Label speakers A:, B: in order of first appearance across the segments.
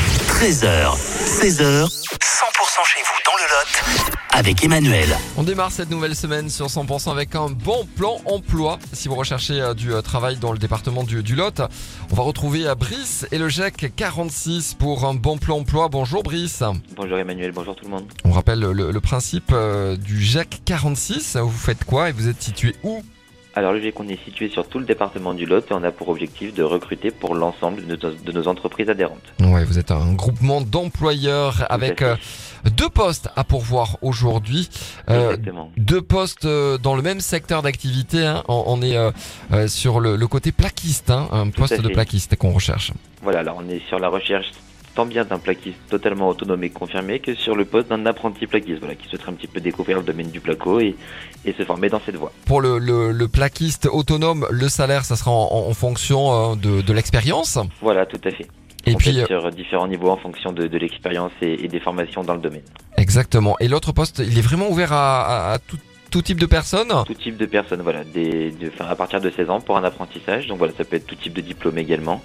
A: 13h, 16h, 100% chez vous dans le Lot, avec Emmanuel.
B: On démarre cette nouvelle semaine sur 100% avec un bon plan emploi. Si vous recherchez euh, du euh, travail dans le département du, du Lot, on va retrouver à Brice et le GEC 46 pour un bon plan emploi. Bonjour Brice.
C: Bonjour Emmanuel, bonjour tout le monde.
B: On rappelle le, le principe euh, du GEC 46. Vous faites quoi et vous êtes situé où
C: Alors le GECON est situé sur tout le département du Lot et on a pour objectif de recruter pour l'ensemble de, nos- de nos entreprises adhérentes.
B: Ouais, vous êtes un groupement d'employeurs avec
C: Tout à
B: euh,
C: fait.
B: deux postes à pourvoir aujourd'hui. Euh,
C: Exactement.
B: deux postes euh, dans le même secteur d'activité. hein. On, on est euh, euh, sur le, le côté plaquiste, hein, un
C: à
B: poste de
C: fait.
B: plaquiste qu'on recherche.
C: Voilà, alors on est sur la recherche tant bien d'un plaquiste totalement autonome et confirmé que sur le poste d'un apprenti plaquiste, voilà, qui souhaiterait un petit peu découvrir le domaine du placo et, et se former dans cette voie.
B: Pour le, le- le plaquiste autonome, le salaire, ça sera en, en- en fonction euh, de, de l'expérience.
C: Voilà, tout à fait.
B: Et
C: on
B: puis,
C: fait
B: euh,
C: sur différents niveaux en fonction de, de l'expérience et, et des formations dans le domaine.
B: exactement. Et l'autre poste, il est vraiment ouvert à, à- à tout, tout type de personnes.
C: Tout type de personnes, voilà, des, de- enfin, à partir de 16 ans pour un apprentissage, donc voilà, ça peut être tout type de diplôme également.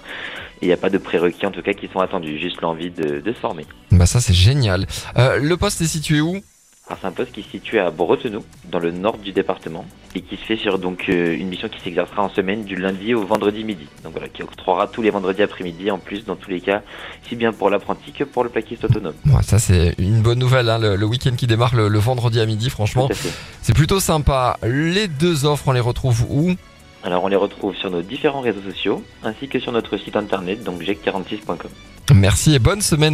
C: Et il n'y a pas de prérequis en tout cas qui sont attendus, juste l'envie de, de se former.
B: Bah ça, c'est génial. Euh, le poste est situé où
C: Alors c'est un poste qui se situe à Bretenou, dans le nord du département, et qui se fait sur donc euh, une mission qui s'exercera en semaine du lundi au vendredi midi. Donc voilà, qui octroiera tous les vendredis après-midi en plus dans tous les cas, si bien pour l'apprenti que pour le plaquiste autonome.
B: Bon, Ça, c'est une bonne nouvelle. hein, le, le week-end qui démarre le, le vendredi à midi, franchement.
C: Tout à fait.
B: C'est plutôt sympa. Les deux offres, on les retrouve où
C: Alors on les retrouve sur nos différents réseaux sociaux, ainsi que sur notre site internet, donc jec46.com.
B: Merci et bonne semaine.